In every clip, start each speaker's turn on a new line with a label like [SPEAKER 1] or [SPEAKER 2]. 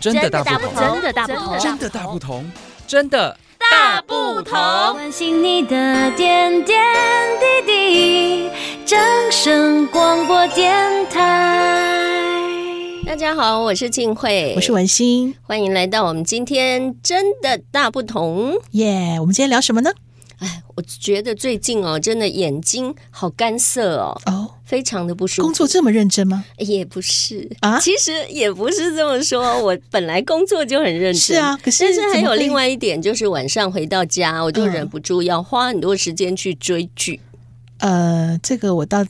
[SPEAKER 1] 真的大
[SPEAKER 2] 大
[SPEAKER 1] 不
[SPEAKER 2] 不
[SPEAKER 1] 同，
[SPEAKER 2] 同，真的大不同，
[SPEAKER 1] 真的大不同，真的
[SPEAKER 2] 大不同。
[SPEAKER 3] 关心你的点点滴滴，掌声广播电台。
[SPEAKER 2] 大家好，我是静慧，
[SPEAKER 4] 我是文心，
[SPEAKER 2] 欢迎来到我们今天真的大不同。
[SPEAKER 4] 耶、我们今天聊什么呢？
[SPEAKER 2] 哎，我觉得最近哦，真的眼睛好干涩哦，
[SPEAKER 4] 哦，
[SPEAKER 2] 非常的不舒服。
[SPEAKER 4] 工作这么认真吗？
[SPEAKER 2] 也不是
[SPEAKER 4] 啊
[SPEAKER 2] 其实也不是这么说。我本来工作就很认真，
[SPEAKER 4] 是啊可是
[SPEAKER 2] 但是还
[SPEAKER 4] 怎么
[SPEAKER 2] 有
[SPEAKER 4] 会
[SPEAKER 2] 另外一点，就是晚上回到家，我就
[SPEAKER 4] 嗯
[SPEAKER 2] 忍不住要花很多时间去追剧。
[SPEAKER 4] 呃，这个我倒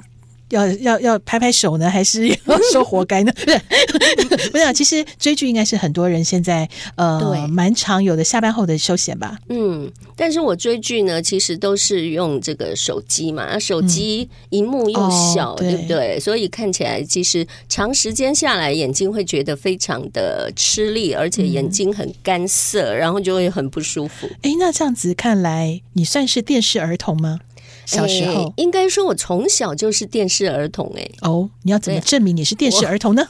[SPEAKER 4] 要要要拍拍手呢，还是要说活该呢？不是 我想，其实追剧应该是很多人现在
[SPEAKER 2] 对
[SPEAKER 4] 呃蛮常有的下班后的休闲吧。
[SPEAKER 2] 嗯，但是我追剧呢，其实都是用这个手机嘛，那手机荧幕又小，
[SPEAKER 4] 嗯哦
[SPEAKER 2] 对
[SPEAKER 4] 对
[SPEAKER 2] 不对？所以看起来其实长时间下来，眼睛会觉得非常的吃力，而且
[SPEAKER 4] 嗯
[SPEAKER 2] 眼睛很干涩，然后就会很不舒服。
[SPEAKER 4] 诶，那这样子看来，你算是电视儿童吗？小时候。
[SPEAKER 2] 哎应该说我从小就是电视儿童、 哎，
[SPEAKER 4] 哦，你要怎么
[SPEAKER 2] 对
[SPEAKER 4] 证明你是电视儿童呢？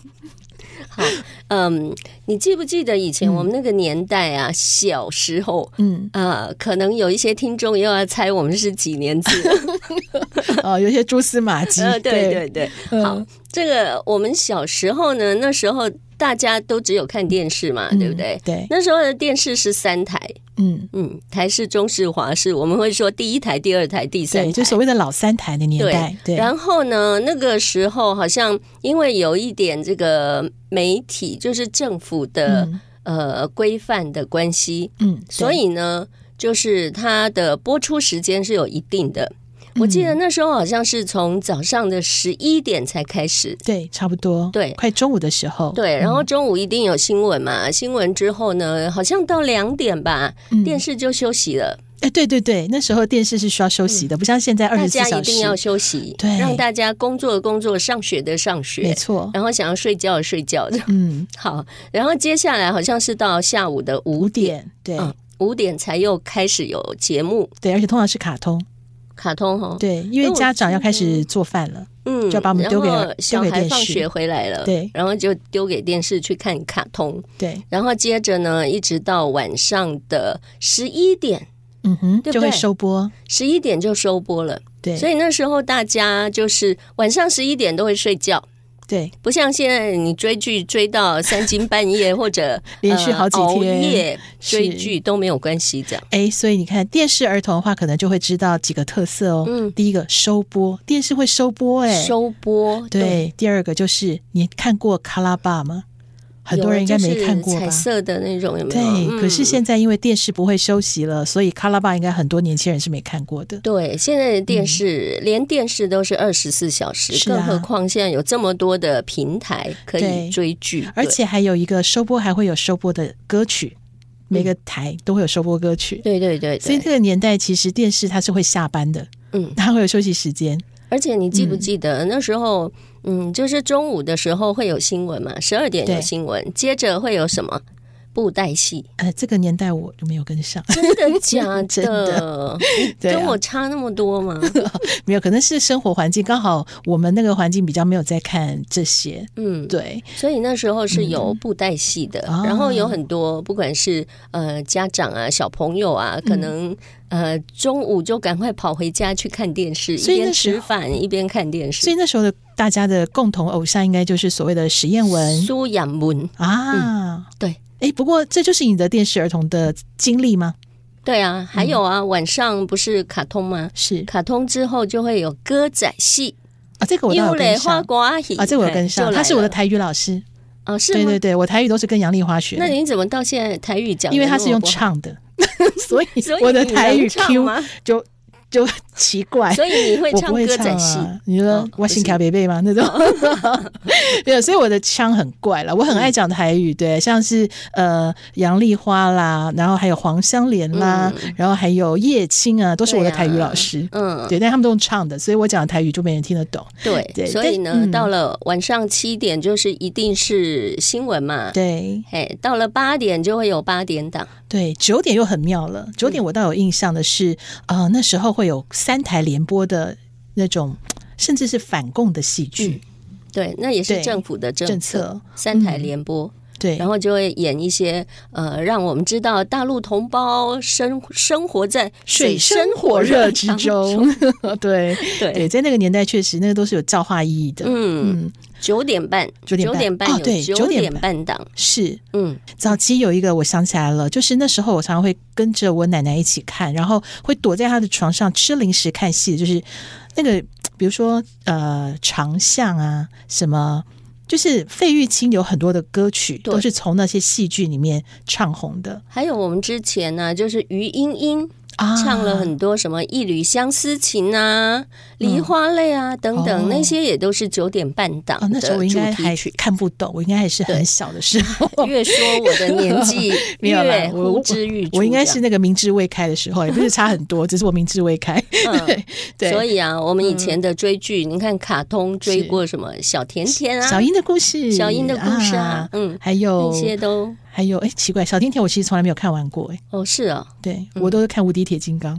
[SPEAKER 2] 好，嗯，你记不记得以前我们那个年代啊，小时候。
[SPEAKER 4] 嗯，
[SPEAKER 2] 啊，可能有一些听众又要猜我们是几年级 了，
[SPEAKER 4] 哦，有一些蛛丝马迹。
[SPEAKER 2] 呃，对对对，
[SPEAKER 4] 嗯
[SPEAKER 2] 好，这个我们小时候呢，那时候大家都只有看电视嘛，
[SPEAKER 4] 嗯
[SPEAKER 2] 对不对？
[SPEAKER 4] 对，
[SPEAKER 2] 那时候的电视是三台，
[SPEAKER 4] 嗯，
[SPEAKER 2] 嗯，台视、中视、华视，我们会说第一台、第二台、第三台，
[SPEAKER 4] 对，就所谓的老三台的年代，对，
[SPEAKER 2] 然后呢，那个时候好像因为有一点这个媒体就是政府的、
[SPEAKER 4] 嗯
[SPEAKER 2] 呃规范的关系，
[SPEAKER 4] 嗯，对
[SPEAKER 2] 所以呢，就是它的播出时间是有一定的。
[SPEAKER 4] 嗯
[SPEAKER 2] 我记得那时候好像是从早上的十一点才开始，
[SPEAKER 4] 对，差不多，
[SPEAKER 2] 对
[SPEAKER 4] 快中午的时候，
[SPEAKER 2] 对，然后
[SPEAKER 4] 嗯
[SPEAKER 2] 中午一定有新闻嘛，新闻之后呢，好像到两点吧，
[SPEAKER 4] 嗯
[SPEAKER 2] 电视就休息了，
[SPEAKER 4] 哎，对对对，那时候电视是需要休息的，不像现在
[SPEAKER 2] 嗯
[SPEAKER 4] 二
[SPEAKER 2] 大
[SPEAKER 4] 十四
[SPEAKER 2] 家一
[SPEAKER 4] 小
[SPEAKER 2] 定要
[SPEAKER 4] 时，
[SPEAKER 2] 休息，
[SPEAKER 4] 对
[SPEAKER 2] 让大家工作的工作，上学的上
[SPEAKER 4] 没
[SPEAKER 2] 学，
[SPEAKER 4] 错，
[SPEAKER 2] 然后想要睡觉的睡觉。
[SPEAKER 4] 嗯，
[SPEAKER 2] 好，然后接下来好像是到下午的五
[SPEAKER 4] 五
[SPEAKER 2] 点，
[SPEAKER 4] 点，对
[SPEAKER 2] 嗯，五点才又开始有节目，
[SPEAKER 4] 对，而且通常是卡通，
[SPEAKER 2] 卡通哈，
[SPEAKER 4] 对，因为
[SPEAKER 2] 我
[SPEAKER 4] 家长要
[SPEAKER 2] 记
[SPEAKER 4] 开
[SPEAKER 2] 得
[SPEAKER 4] 始做饭了，
[SPEAKER 2] 嗯，
[SPEAKER 4] 就把我们丢给
[SPEAKER 2] 然后小
[SPEAKER 4] 丢给
[SPEAKER 2] 孩
[SPEAKER 4] 电视
[SPEAKER 2] 放学回来了，
[SPEAKER 4] 对
[SPEAKER 2] 然后就丢给电视去看卡通，
[SPEAKER 4] 对，
[SPEAKER 2] 然后接着呢，一直到晚上的十一点，
[SPEAKER 4] 嗯哼，
[SPEAKER 2] 对不
[SPEAKER 4] 就会
[SPEAKER 2] 对
[SPEAKER 4] 收播，
[SPEAKER 2] 十一点就收播了。
[SPEAKER 4] 对，
[SPEAKER 2] 所以那时候大家就是晚上十一点都会睡觉，
[SPEAKER 4] 对，
[SPEAKER 2] 不像现在你追剧追到三更半夜或者
[SPEAKER 4] 连续好几
[SPEAKER 2] 呃熬
[SPEAKER 4] 天
[SPEAKER 2] 夜
[SPEAKER 4] 是
[SPEAKER 2] 追剧都没有关系，这样
[SPEAKER 4] 哎，所以你看电视儿童的话，可能就会知道几个特色哦，
[SPEAKER 2] 嗯
[SPEAKER 4] 第一个收播，电视会收播，哎，
[SPEAKER 2] 收播
[SPEAKER 4] 对，第二个就是你看过《卡拉爸》吗？很多人应该
[SPEAKER 2] 有
[SPEAKER 4] 没看
[SPEAKER 2] 就
[SPEAKER 4] 过
[SPEAKER 2] 是
[SPEAKER 4] 吧
[SPEAKER 2] 彩？色的那种有没嗯有？
[SPEAKER 4] 对，可是现在因为电视不会休息了，所以《卡拉巴》应该很多年轻人是没看过的。
[SPEAKER 2] 对，现在的电视、连电视都是二十四小时，
[SPEAKER 4] 是啊
[SPEAKER 2] 更何况现在有这么多的平台可以
[SPEAKER 4] 对
[SPEAKER 2] 追剧，
[SPEAKER 4] 而
[SPEAKER 2] 对
[SPEAKER 4] 且还有一个收播，还会有收播的歌曲，每个台都会有收播歌曲。
[SPEAKER 2] 对对对
[SPEAKER 4] 所以
[SPEAKER 2] 对，
[SPEAKER 4] 那个年代其实电视它是会下班的，
[SPEAKER 2] 嗯，
[SPEAKER 4] 它会有休息时间。
[SPEAKER 2] 而且你记不记得、那时候，嗯，就是中午的时候会有新闻嘛，十二点有
[SPEAKER 4] 对
[SPEAKER 2] 新闻，接着会有什么布袋 戏？
[SPEAKER 4] 呃，这个年代我就没有 跟上，
[SPEAKER 2] 真的假的？
[SPEAKER 4] 真的
[SPEAKER 2] 你
[SPEAKER 4] 对啊
[SPEAKER 2] 跟我差那么多吗？
[SPEAKER 4] 没有，可能是生活环境刚好我们那个环境比较没有在看这些。
[SPEAKER 2] 嗯，
[SPEAKER 4] 对，
[SPEAKER 2] 所以那时候是有布袋戏的，
[SPEAKER 4] 嗯
[SPEAKER 2] 然后有很多不管是呃家长啊、小朋友啊，可能、
[SPEAKER 4] 嗯
[SPEAKER 2] 呃中午就赶快跑回家去看电视，
[SPEAKER 4] 所
[SPEAKER 2] 一
[SPEAKER 4] 以
[SPEAKER 2] 边
[SPEAKER 4] 那时候
[SPEAKER 2] 吃饭一边看电
[SPEAKER 4] 所
[SPEAKER 2] 视
[SPEAKER 4] 以。那时候的大家的共同偶像应该就是所谓的实验文
[SPEAKER 2] 苏养文，
[SPEAKER 4] 啊。
[SPEAKER 2] 对
[SPEAKER 4] 哎，不过这就是你的电视儿童的经历吗？
[SPEAKER 2] 对啊，还有
[SPEAKER 4] 嗯
[SPEAKER 2] 啊，晚上不是卡通吗？
[SPEAKER 4] 是
[SPEAKER 2] 卡通之后就会有歌仔戏，
[SPEAKER 4] 啊，这个我倒有
[SPEAKER 2] 嘞
[SPEAKER 4] 跟
[SPEAKER 2] 花哎
[SPEAKER 4] 上
[SPEAKER 2] 国阿姨
[SPEAKER 4] 啊，这个我有跟上，他是我的台语老师，
[SPEAKER 2] 哦，是
[SPEAKER 4] 对
[SPEAKER 2] 吗
[SPEAKER 4] 对？对，我台语都是跟杨丽花学的
[SPEAKER 2] 那，你怎么到现在台语讲？
[SPEAKER 4] 因为他是用，唱的， 所以
[SPEAKER 2] 所以
[SPEAKER 4] 我的台
[SPEAKER 2] 你
[SPEAKER 4] 语
[SPEAKER 2] 能唱
[SPEAKER 4] Q
[SPEAKER 2] 吗？
[SPEAKER 4] 就就奇怪。
[SPEAKER 2] 所以你会
[SPEAKER 4] 我
[SPEAKER 2] 唱
[SPEAKER 4] 不会
[SPEAKER 2] 歌
[SPEAKER 4] 唱
[SPEAKER 2] 仔戏？
[SPEAKER 4] 啊！你
[SPEAKER 2] 哦
[SPEAKER 4] 说
[SPEAKER 2] 不
[SPEAKER 4] 我
[SPEAKER 2] 是
[SPEAKER 4] 心卡贝贝吗？那种哦 没有，所以我的腔很怪了。我很爱讲台语，对，像是呃杨丽花啦，然后还有黄香莲啦，然后还有叶青嗯啊，都是我的
[SPEAKER 2] 对啊
[SPEAKER 4] 台语老师。
[SPEAKER 2] 嗯，
[SPEAKER 4] 对，但他们都用唱的，所以我讲的台语就没人听得懂。
[SPEAKER 2] 对，
[SPEAKER 4] 对
[SPEAKER 2] 所
[SPEAKER 4] 但
[SPEAKER 2] 以呢，
[SPEAKER 4] 嗯
[SPEAKER 2] 到了晚上七点就是一定是新闻嘛，
[SPEAKER 4] 对
[SPEAKER 2] 哎，到了八点就会有八点档，
[SPEAKER 4] 对，九点又很妙了。九点我倒有印象的是，呃，那时候会有三台联播的那种，甚至是反共的戏剧
[SPEAKER 2] 嗯对，那也是
[SPEAKER 4] 对
[SPEAKER 2] 政府的政策，嗯
[SPEAKER 4] 政策。
[SPEAKER 2] 三台联播。
[SPEAKER 4] 对，
[SPEAKER 2] 然后就会演一些呃，让我们知道大陆同胞生生活在
[SPEAKER 4] 水深
[SPEAKER 2] 深
[SPEAKER 4] 火热之
[SPEAKER 2] 当
[SPEAKER 4] 中， 对
[SPEAKER 2] 对
[SPEAKER 4] 对，在那个年代确实那个都是有教化意义的，
[SPEAKER 2] 嗯，
[SPEAKER 4] 嗯，
[SPEAKER 2] 九点半，
[SPEAKER 4] 9点半哦
[SPEAKER 2] 有
[SPEAKER 4] 对
[SPEAKER 2] 九
[SPEAKER 4] 9点
[SPEAKER 2] 点
[SPEAKER 4] 半
[SPEAKER 2] 半档，
[SPEAKER 4] 是。
[SPEAKER 2] 嗯，
[SPEAKER 4] 早期有一个我想起来了，就是那时候我常常会跟着我奶奶一起看，然后会躲在她的床上吃零食看戏，就是那个比如说呃长巷啊什么。就是费玉清有很多的歌曲
[SPEAKER 2] 对
[SPEAKER 4] 都是从那些戏剧里面唱红的
[SPEAKER 2] 还有我们之前呢、就是于莺莺
[SPEAKER 4] 啊嗯
[SPEAKER 2] 唱了很多什么《一缕相思情》啊，梨花泪》啊等等，
[SPEAKER 4] 哦
[SPEAKER 2] 那些也都是九点半档
[SPEAKER 4] 啊，那
[SPEAKER 2] 的
[SPEAKER 4] 时候我应
[SPEAKER 2] 主
[SPEAKER 4] 该
[SPEAKER 2] 题
[SPEAKER 4] 还
[SPEAKER 2] 曲。
[SPEAKER 4] 看不懂，我应该还是很
[SPEAKER 2] 对
[SPEAKER 4] 小的时候，
[SPEAKER 2] 越说我的年纪
[SPEAKER 4] 没有啦
[SPEAKER 2] 越
[SPEAKER 4] 我
[SPEAKER 2] 呼之欲出，
[SPEAKER 4] 我应该是那个明智未开的时候，也不是差很多，只是我明智未开。
[SPEAKER 2] 这样嗯。
[SPEAKER 4] 对，
[SPEAKER 2] 所以啊，我们以前的追剧，你看卡通追
[SPEAKER 4] 是
[SPEAKER 2] 过什么小甜甜啊，
[SPEAKER 4] 小英的故事，
[SPEAKER 2] 小樱的故事啊
[SPEAKER 4] 啊，
[SPEAKER 2] 嗯，
[SPEAKER 4] 还有
[SPEAKER 2] 那些都
[SPEAKER 4] 还有，哎，奇怪，小甜甜我其实从来没有看完过，哎，
[SPEAKER 2] 哦是哦
[SPEAKER 4] 对我都是看《无敌铁金刚》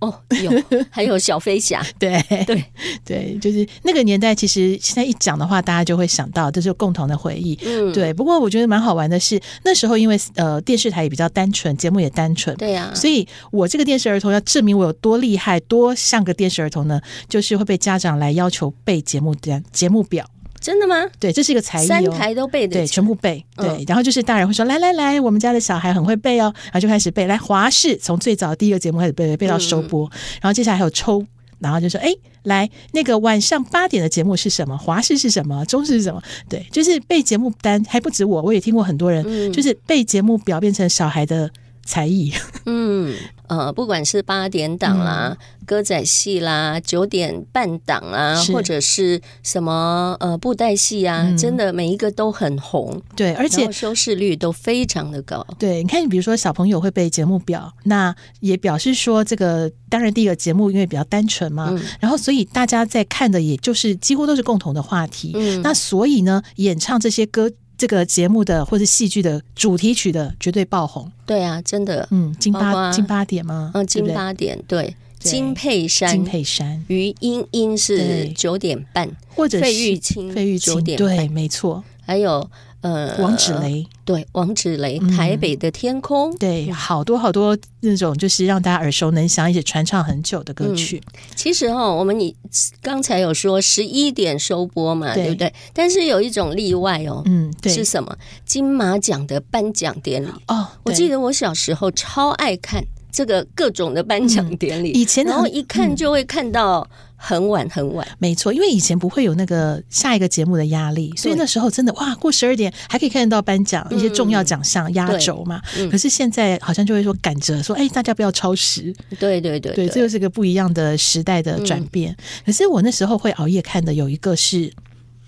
[SPEAKER 2] 哦 有，还有小飞侠，
[SPEAKER 4] 对
[SPEAKER 2] 对
[SPEAKER 4] 对，就是那个年代，其实现在一讲的话，大家就会想到这是共同的回忆。
[SPEAKER 2] 嗯，
[SPEAKER 4] 对，不过我觉得蛮好玩的是，那时候因为呃电视台也比较单纯，节目也单纯，
[SPEAKER 2] 对啊呀，
[SPEAKER 4] 所以我这个电视儿童要证明我有多厉害，多像个电视儿童呢，就是会被家长来要求背节目单、节目表。
[SPEAKER 2] 真的吗？
[SPEAKER 4] 对，这是一个才艺、哦，
[SPEAKER 2] 三台都背
[SPEAKER 4] 对，
[SPEAKER 2] 得起，
[SPEAKER 4] 全部背。对，
[SPEAKER 2] 嗯
[SPEAKER 4] 然后就是大人会说：“来来来，我们家的小孩很会背哦。”然后就开始背。来，华视从最早第一个节目开始背，背到收
[SPEAKER 2] 嗯
[SPEAKER 4] 播。然后接下来还有抽，然后就说：“哎，来，那个晚上八点的节目是什么？华视是什么？中视是什么？”对，就是背节目单，还不止我，我也听过很多人，
[SPEAKER 2] 嗯
[SPEAKER 4] 就是背节目表变成小孩的才艺。
[SPEAKER 2] 嗯，呃，不管是八点档啦、歌仔戏啦、九点半档啊，
[SPEAKER 4] 嗯是
[SPEAKER 2] 或者是什么呃布袋戏啊，
[SPEAKER 4] 嗯
[SPEAKER 2] 真的每一个都很红，
[SPEAKER 4] 对，而
[SPEAKER 2] 而
[SPEAKER 4] 且
[SPEAKER 2] 收视率都非常的高。
[SPEAKER 4] 对，你看，比如说小朋友会背节目表，那也表示说，这个当然第一个节目因为比较单纯嘛，
[SPEAKER 2] 嗯
[SPEAKER 4] 然后所以大家在看的也就是几乎都是共同的话题。
[SPEAKER 2] 嗯，
[SPEAKER 4] 那所以呢，演唱这些歌。这个节目的或是戏剧的主题曲的绝对爆红，
[SPEAKER 2] 对啊，真的，
[SPEAKER 4] 嗯，金
[SPEAKER 2] 包
[SPEAKER 4] 八
[SPEAKER 2] 括
[SPEAKER 4] 金八点吗？
[SPEAKER 2] 嗯，
[SPEAKER 4] 对不
[SPEAKER 2] 金
[SPEAKER 4] 对
[SPEAKER 2] 八点对，
[SPEAKER 4] 对
[SPEAKER 2] 金佩
[SPEAKER 4] 金
[SPEAKER 2] 珊、
[SPEAKER 4] 佩珊，
[SPEAKER 2] 于莺莺是
[SPEAKER 4] 对
[SPEAKER 2] 九点半，
[SPEAKER 4] 或者是
[SPEAKER 2] 费玉清
[SPEAKER 4] 费玉
[SPEAKER 2] 九
[SPEAKER 4] 清，
[SPEAKER 2] 点
[SPEAKER 4] 对，
[SPEAKER 2] 半
[SPEAKER 4] 没错，
[SPEAKER 2] 还有呃
[SPEAKER 4] 王芷，雷，
[SPEAKER 2] 对，王芷蕾，
[SPEAKER 4] 嗯
[SPEAKER 2] 台北的天空。
[SPEAKER 4] 对，好多好多那种就是让大家耳熟能详，而且传唱很久的歌
[SPEAKER 2] 嗯
[SPEAKER 4] 曲，
[SPEAKER 2] 其实哈、我们你刚才有说十一点收播嘛，
[SPEAKER 4] 对
[SPEAKER 2] 对不对？但是有一种例外哦，
[SPEAKER 4] 嗯，对，
[SPEAKER 2] 是什么？金马奖的颁奖典礼，
[SPEAKER 4] 哦，
[SPEAKER 2] 我
[SPEAKER 4] 对
[SPEAKER 2] 记得我小时候超爱看这个各种的颁奖典礼，
[SPEAKER 4] 以前
[SPEAKER 2] 然后
[SPEAKER 4] 很
[SPEAKER 2] 一看
[SPEAKER 4] 嗯
[SPEAKER 2] 就会看到很晚很晚。
[SPEAKER 4] 没错，因为以前不会有那个下一个节目的压力，所以那时候真的哇，过十二点还可以看得到颁奖、
[SPEAKER 2] 嗯
[SPEAKER 4] 一些重要奖项压轴嘛。
[SPEAKER 2] 嗯
[SPEAKER 4] 可是现在好像就会说赶着说，哎，大家不要超时。
[SPEAKER 2] 对对对嗯
[SPEAKER 4] 对，这就是个不一样的时代的转变。可是我那时候会熬夜看的有一个是。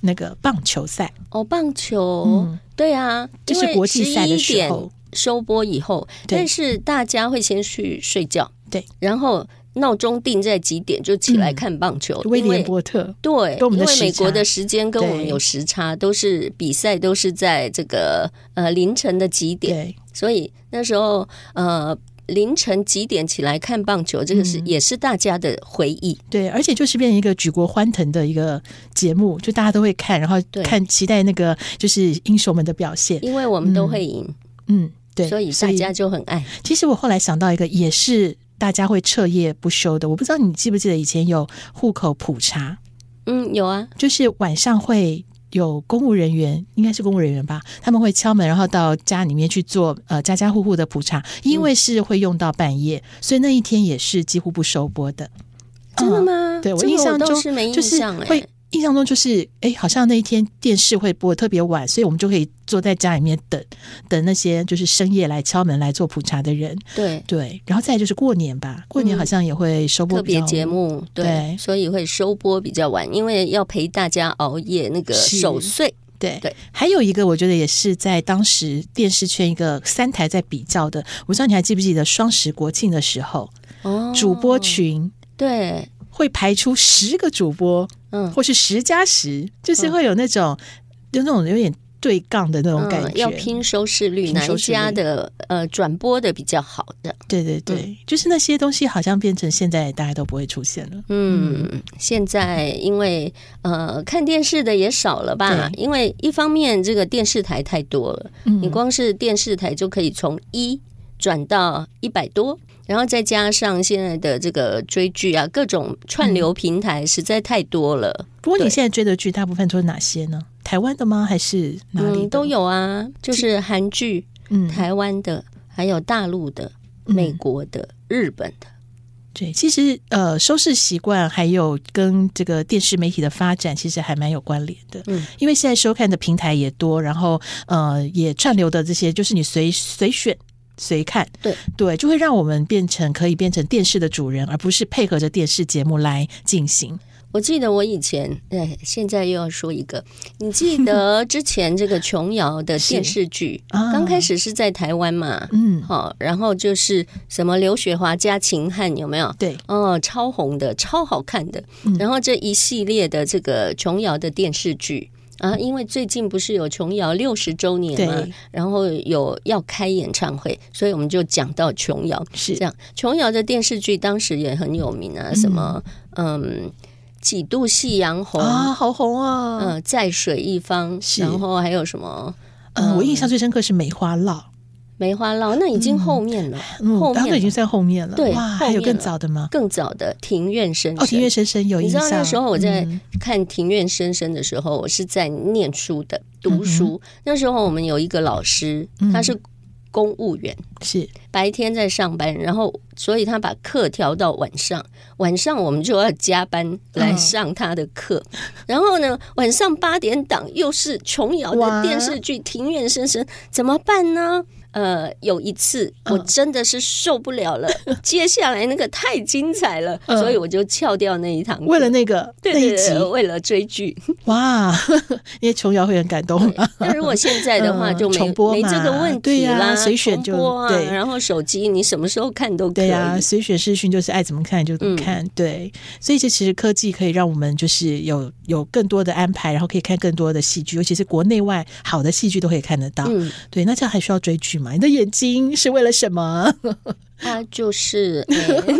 [SPEAKER 4] 那个棒球赛，
[SPEAKER 2] 哦，棒球，
[SPEAKER 4] 嗯
[SPEAKER 2] 对啊，
[SPEAKER 4] 这是国际赛的时候
[SPEAKER 2] 11点收播以后，
[SPEAKER 4] 对
[SPEAKER 2] 但是大家会先去睡觉，
[SPEAKER 4] 对，嗯
[SPEAKER 2] 然后闹钟定在几点就起来看棒球，
[SPEAKER 4] 威
[SPEAKER 2] 因为
[SPEAKER 4] 廉波特，
[SPEAKER 2] 对，
[SPEAKER 4] 跟我们的
[SPEAKER 2] 因为美
[SPEAKER 4] 时差
[SPEAKER 2] 国的时间跟我们
[SPEAKER 4] 对
[SPEAKER 2] 有时差，都是比赛都是在这个呃凌晨的几点，
[SPEAKER 4] 对，
[SPEAKER 2] 所以那时候呃凌晨几点起来看棒球，这个
[SPEAKER 4] 嗯
[SPEAKER 2] 是、也是大家的回忆。
[SPEAKER 4] 对，而且就是变成一个举国欢腾的一个节目，就大家都会看，然后
[SPEAKER 2] 对
[SPEAKER 4] 看期待那个就是英雄们的表现。
[SPEAKER 2] 因为我们都会赢，
[SPEAKER 4] 嗯，对，
[SPEAKER 2] 所以大家就很爱。
[SPEAKER 4] 其实我后来想到一个，也是大家会彻夜不休的。我不知道你记不记得以前有户口普查，
[SPEAKER 2] 嗯，有啊，
[SPEAKER 4] 就是晚上会有公务人员，应该是公务人员吧，他们会敲门，然后到家里面去做呃家家户户的普查，因为是会用到半夜，所以那一天也是几乎不收播的。
[SPEAKER 2] 真的
[SPEAKER 4] 嗯
[SPEAKER 2] 吗？
[SPEAKER 4] 对我
[SPEAKER 2] 这个
[SPEAKER 4] 印象
[SPEAKER 2] 倒
[SPEAKER 4] 中
[SPEAKER 2] 是没
[SPEAKER 4] 就
[SPEAKER 2] 印
[SPEAKER 4] 是
[SPEAKER 2] 象哎、
[SPEAKER 4] 会印象中就是，哎，好像那一天电视会播得特别晚，所以我们就可以坐在家里面等等那些就是深夜来敲门来做普查的人。
[SPEAKER 2] 对，
[SPEAKER 4] 对，然后再来就是过年吧，过年好像也会收
[SPEAKER 2] 嗯
[SPEAKER 4] 播
[SPEAKER 2] 特
[SPEAKER 4] 比较
[SPEAKER 2] 别节目对，
[SPEAKER 4] 对
[SPEAKER 2] 所以会收播比较晚，因为要陪大家熬夜那个
[SPEAKER 4] 是
[SPEAKER 2] 守岁。
[SPEAKER 4] 对
[SPEAKER 2] 对
[SPEAKER 4] 还有一个我觉得也是在当时电视圈一个三台在比较的，我不知道你还记不记得双十国庆的时候，
[SPEAKER 2] 哦，
[SPEAKER 4] 主播群
[SPEAKER 2] 对，
[SPEAKER 4] 会排出十个主播，
[SPEAKER 2] 嗯
[SPEAKER 4] 或是十加十，就是会有那种、就那种有点。对杠的那种感觉，
[SPEAKER 2] 嗯要拼收视率，
[SPEAKER 4] 拼
[SPEAKER 2] 哪
[SPEAKER 4] 收
[SPEAKER 2] 一
[SPEAKER 4] 视
[SPEAKER 2] 家
[SPEAKER 4] 率
[SPEAKER 2] 的呃转播的比较好的？
[SPEAKER 4] 对对对，就是那些东西好像变成现在大家都不会出现了。
[SPEAKER 2] 嗯，现在因为呃看电视的也少了吧，因为一方面这个电视台太多了，
[SPEAKER 4] 嗯
[SPEAKER 2] 你光是电视台就可以从一转到一百多，然后再加上现在的这个追剧啊，各种串流
[SPEAKER 4] 嗯
[SPEAKER 2] 平台实在太多了。
[SPEAKER 4] 不过你
[SPEAKER 2] 对
[SPEAKER 4] 现在追的剧大部分都是哪些呢？台湾的吗？还是哪里的、
[SPEAKER 2] 嗯，都有啊，就是韩剧、
[SPEAKER 4] 嗯，
[SPEAKER 2] 台湾的，还有大陆的、
[SPEAKER 4] 嗯
[SPEAKER 2] 美国的、日本的。
[SPEAKER 4] 对，其实呃，收视习惯还有跟这个电视媒体的发展其实还蛮有关联的。
[SPEAKER 2] 嗯，
[SPEAKER 4] 因为现在收看的平台也多，然后呃，也串流的这些，就是你随随选。随看，
[SPEAKER 2] 对
[SPEAKER 4] 对，就会让我们变成可以变成电视的主人，而不是配合着电视节目来进行。
[SPEAKER 2] 我记得我以前，哎，现在又要说一个，你记得之前这个琼瑶的
[SPEAKER 4] 是
[SPEAKER 2] 电视剧，
[SPEAKER 4] 啊
[SPEAKER 2] 刚开始是在台湾嘛，
[SPEAKER 4] 嗯，
[SPEAKER 2] 好、然后就是什么刘雪华加秦汉，有没有？
[SPEAKER 4] 对，嗯
[SPEAKER 2] 哦，超红的，超好看的。然后这一系列的这个琼瑶的电视剧啊，因为最近不是有琼瑶六十周年嘛
[SPEAKER 4] 对，
[SPEAKER 2] 然后有要开演唱会，所以我们就讲到琼瑶。
[SPEAKER 4] 是
[SPEAKER 2] 这样，琼瑶的电视剧当时也很有名啊，什么嗯，几度夕阳红，
[SPEAKER 4] 啊，好红
[SPEAKER 2] 嗯、
[SPEAKER 4] 啊！
[SPEAKER 2] 在水一方，
[SPEAKER 4] 是
[SPEAKER 2] 然后还有什么
[SPEAKER 4] 嗯、我印象最深刻是梅花烙，
[SPEAKER 2] 梅花烙，那已经后面了，
[SPEAKER 4] 嗯，
[SPEAKER 2] 后
[SPEAKER 4] 他
[SPEAKER 2] 面
[SPEAKER 4] 们已经
[SPEAKER 2] 了
[SPEAKER 4] 在后面了。
[SPEAKER 2] 对
[SPEAKER 4] 哇，
[SPEAKER 2] 后
[SPEAKER 4] 还有
[SPEAKER 2] 面
[SPEAKER 4] 更
[SPEAKER 2] 了
[SPEAKER 4] 早的吗？
[SPEAKER 2] 更早的庭院深
[SPEAKER 4] 哦，
[SPEAKER 2] 深。
[SPEAKER 4] 庭院深深有
[SPEAKER 2] 你
[SPEAKER 4] 印
[SPEAKER 2] 知
[SPEAKER 4] 象。
[SPEAKER 2] 道那时候我在
[SPEAKER 4] 嗯
[SPEAKER 2] 看《庭院深深》的时候，我是在念书的，
[SPEAKER 4] 嗯
[SPEAKER 2] 读书。那时候我们有一个老师，他是公务员，
[SPEAKER 4] 是
[SPEAKER 2] 白天在上班，然后所以他把课调到晚上，晚上我们就要加班来上他的课。
[SPEAKER 4] 嗯
[SPEAKER 2] 然后呢，晚上八点档又是琼瑶
[SPEAKER 4] 哇
[SPEAKER 2] 的电视剧《庭院深深》，怎么办呢？呃，有一次
[SPEAKER 4] 嗯
[SPEAKER 2] 我真的是受不了 了，接下来那个太精彩了，
[SPEAKER 4] 嗯
[SPEAKER 2] 所以我就翘掉那一堂课。
[SPEAKER 4] 为了那个
[SPEAKER 2] 对对
[SPEAKER 4] 那一集
[SPEAKER 2] 对，哦为了追 剧。
[SPEAKER 4] 哇，因为琼瑶会很感动啊。
[SPEAKER 2] 那如果现在的话，
[SPEAKER 4] 嗯
[SPEAKER 2] 就没、
[SPEAKER 4] 重播嘛
[SPEAKER 2] 没这个问
[SPEAKER 4] 对
[SPEAKER 2] 题
[SPEAKER 4] 呀
[SPEAKER 2] 啦，
[SPEAKER 4] 随选就
[SPEAKER 2] 重播啊。
[SPEAKER 4] 对
[SPEAKER 2] 然后手机你什么时候看都可
[SPEAKER 4] 对
[SPEAKER 2] 以。嗯
[SPEAKER 4] 呀、随选视讯就是爱怎么看就怎么看，对，所以这其实科技可以让我们就是有有更多的安排，然后可以看更多的戏剧，尤其是国内外好的戏剧都可以看得到。
[SPEAKER 2] 嗯，
[SPEAKER 4] 对，那这样还需要追剧吗？你的眼睛是为了什 么？
[SPEAKER 2] 它 就是、呃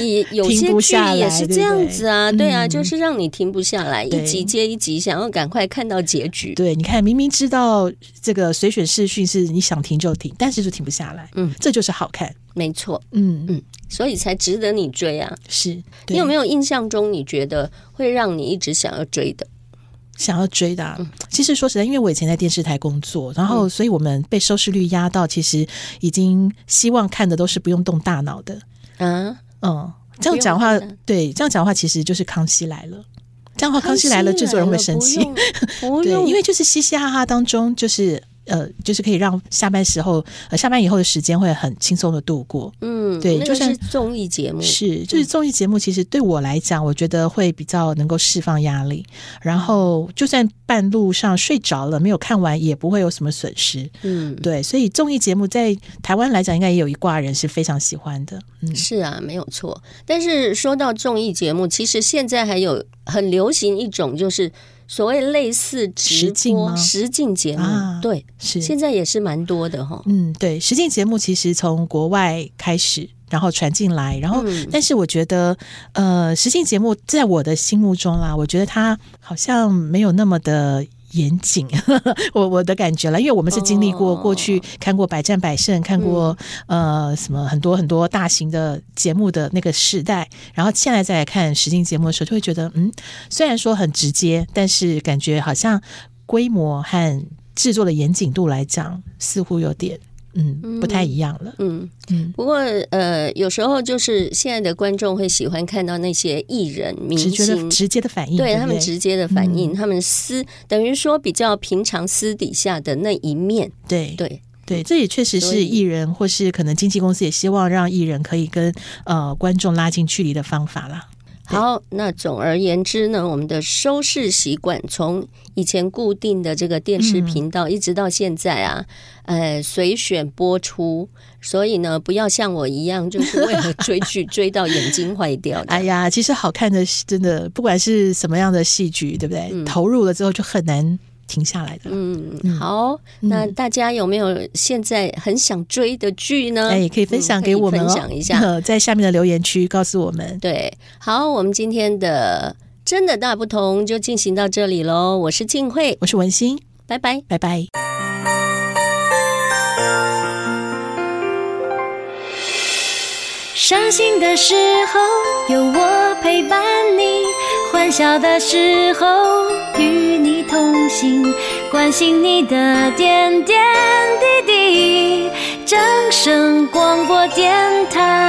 [SPEAKER 2] 你有
[SPEAKER 4] 停
[SPEAKER 2] 些
[SPEAKER 4] 不
[SPEAKER 2] 剧
[SPEAKER 4] 下来
[SPEAKER 2] 也是这样子啊，
[SPEAKER 4] 对不对
[SPEAKER 2] 啊，
[SPEAKER 4] 嗯
[SPEAKER 2] 就是让你停不下来，
[SPEAKER 4] 对
[SPEAKER 2] 一集接一集，想要赶快看到结局。
[SPEAKER 4] 对，你看，明明知道这个随选视讯是你想停就停，但是就停不下来，
[SPEAKER 2] 嗯，
[SPEAKER 4] 这就是好看，
[SPEAKER 2] 没错，
[SPEAKER 4] 嗯，
[SPEAKER 2] 所以才值得你追啊。
[SPEAKER 4] 是。
[SPEAKER 2] 你有没
[SPEAKER 4] 有
[SPEAKER 2] 有印象中你觉得会让你一直想要追的？
[SPEAKER 4] 想要追的啊、
[SPEAKER 2] 嗯
[SPEAKER 4] 其实说实在，因为我以前在电视台工作，然后所以我们被收视率压到，其实已经希望看的都是不用动大脑的，
[SPEAKER 2] 啊，
[SPEAKER 4] 嗯，这样讲话
[SPEAKER 2] 不用动大，
[SPEAKER 4] 对，这样讲话其实就是《康熙来了》。这样的话，《康熙来了》制作人会生气，
[SPEAKER 2] 不用，不
[SPEAKER 4] 对，
[SPEAKER 2] 用，
[SPEAKER 4] 因为就是嘻嘻哈哈当中，就是呃，就是可以让下班时候、呃、下班以后的时间会很轻松的度过。
[SPEAKER 2] 嗯，
[SPEAKER 4] 对
[SPEAKER 2] 那
[SPEAKER 4] 就
[SPEAKER 2] 个
[SPEAKER 4] 像
[SPEAKER 2] 是综艺节目，
[SPEAKER 4] 是，就是综艺节目，其实对我来讲，我觉得会比较能够释放压力。然后，就算半路上睡着了，没有看完，也不会有什么损失。
[SPEAKER 2] 嗯，
[SPEAKER 4] 对，所以综艺节目在台湾来讲，应该也有一挂人是非常喜欢的。嗯，
[SPEAKER 2] 是啊，没有错。但是说到综艺节目，其实现在还有很流行一种，就是所谓类似直
[SPEAKER 4] 实境吗
[SPEAKER 2] 播实境节目，
[SPEAKER 4] 啊
[SPEAKER 2] 对，
[SPEAKER 4] 是，
[SPEAKER 2] 现在也是蛮多的哈、
[SPEAKER 4] 嗯，对，实境节目其实从国外开始，然后传进来，然后，
[SPEAKER 2] 嗯
[SPEAKER 4] 但是我觉得，呃，实境节目在我的心目中啊啦，我觉得它好像没有那么的。严谨， 我我的感觉啦，因为我们是经历过、
[SPEAKER 2] 哦嗯
[SPEAKER 4] 过去看过百战百胜，看过、呃什么很多很多大型的节目的那个时代，然后现在再来看实境节目的时候，就会觉得嗯，虽然说很直接，但是感觉好像规模和制作的严谨度来讲，似乎有点嗯不太一样了。
[SPEAKER 2] 嗯，
[SPEAKER 4] 嗯
[SPEAKER 2] 不过呃，有时候就是现在的观众会喜欢看到那些艺人、明
[SPEAKER 4] 直觉的
[SPEAKER 2] 星，
[SPEAKER 4] 直接的反应，
[SPEAKER 2] 对
[SPEAKER 4] 对不
[SPEAKER 2] 他们
[SPEAKER 4] 对嗯
[SPEAKER 2] 直接的反应，他们私等于说比较平常私底下的那一面，
[SPEAKER 4] 对
[SPEAKER 2] 对，
[SPEAKER 4] 对，这也确实
[SPEAKER 2] 嗯所
[SPEAKER 4] 是
[SPEAKER 2] 以
[SPEAKER 4] 艺人或是可能经纪公司也希望让艺人可以跟呃观众拉近距离的方法啦。对
[SPEAKER 2] 好，那总而言之呢，我们的收视习惯从以前固定的这个电视频道，一直到现在啊，
[SPEAKER 4] 嗯
[SPEAKER 2] 呃，随选播出。所以呢，不要像我一样，就是为了追 剧追到眼睛坏掉的。
[SPEAKER 4] 哎呀，其实好看的戏真的不管是什么样的戏剧，对不对？投入了之后就很难停下来的了。
[SPEAKER 2] 嗯
[SPEAKER 4] 嗯，
[SPEAKER 2] 好，那大家有没有现在很想追的剧呢？
[SPEAKER 4] 哎，可以分享
[SPEAKER 2] 嗯
[SPEAKER 4] 给我们
[SPEAKER 2] 可以
[SPEAKER 4] 哦，
[SPEAKER 2] 分享一下。
[SPEAKER 4] 呃 在下面的留言区告诉我们。
[SPEAKER 2] 对，好，我们今天的真的大不同就进行到这里喽。我是静慧，
[SPEAKER 4] 我是文心，
[SPEAKER 2] 拜拜。
[SPEAKER 4] 拜拜。
[SPEAKER 3] 伤心的时候有我陪伴你，欢笑的时候与你同行，关心你的点点滴滴。掌声广播电台。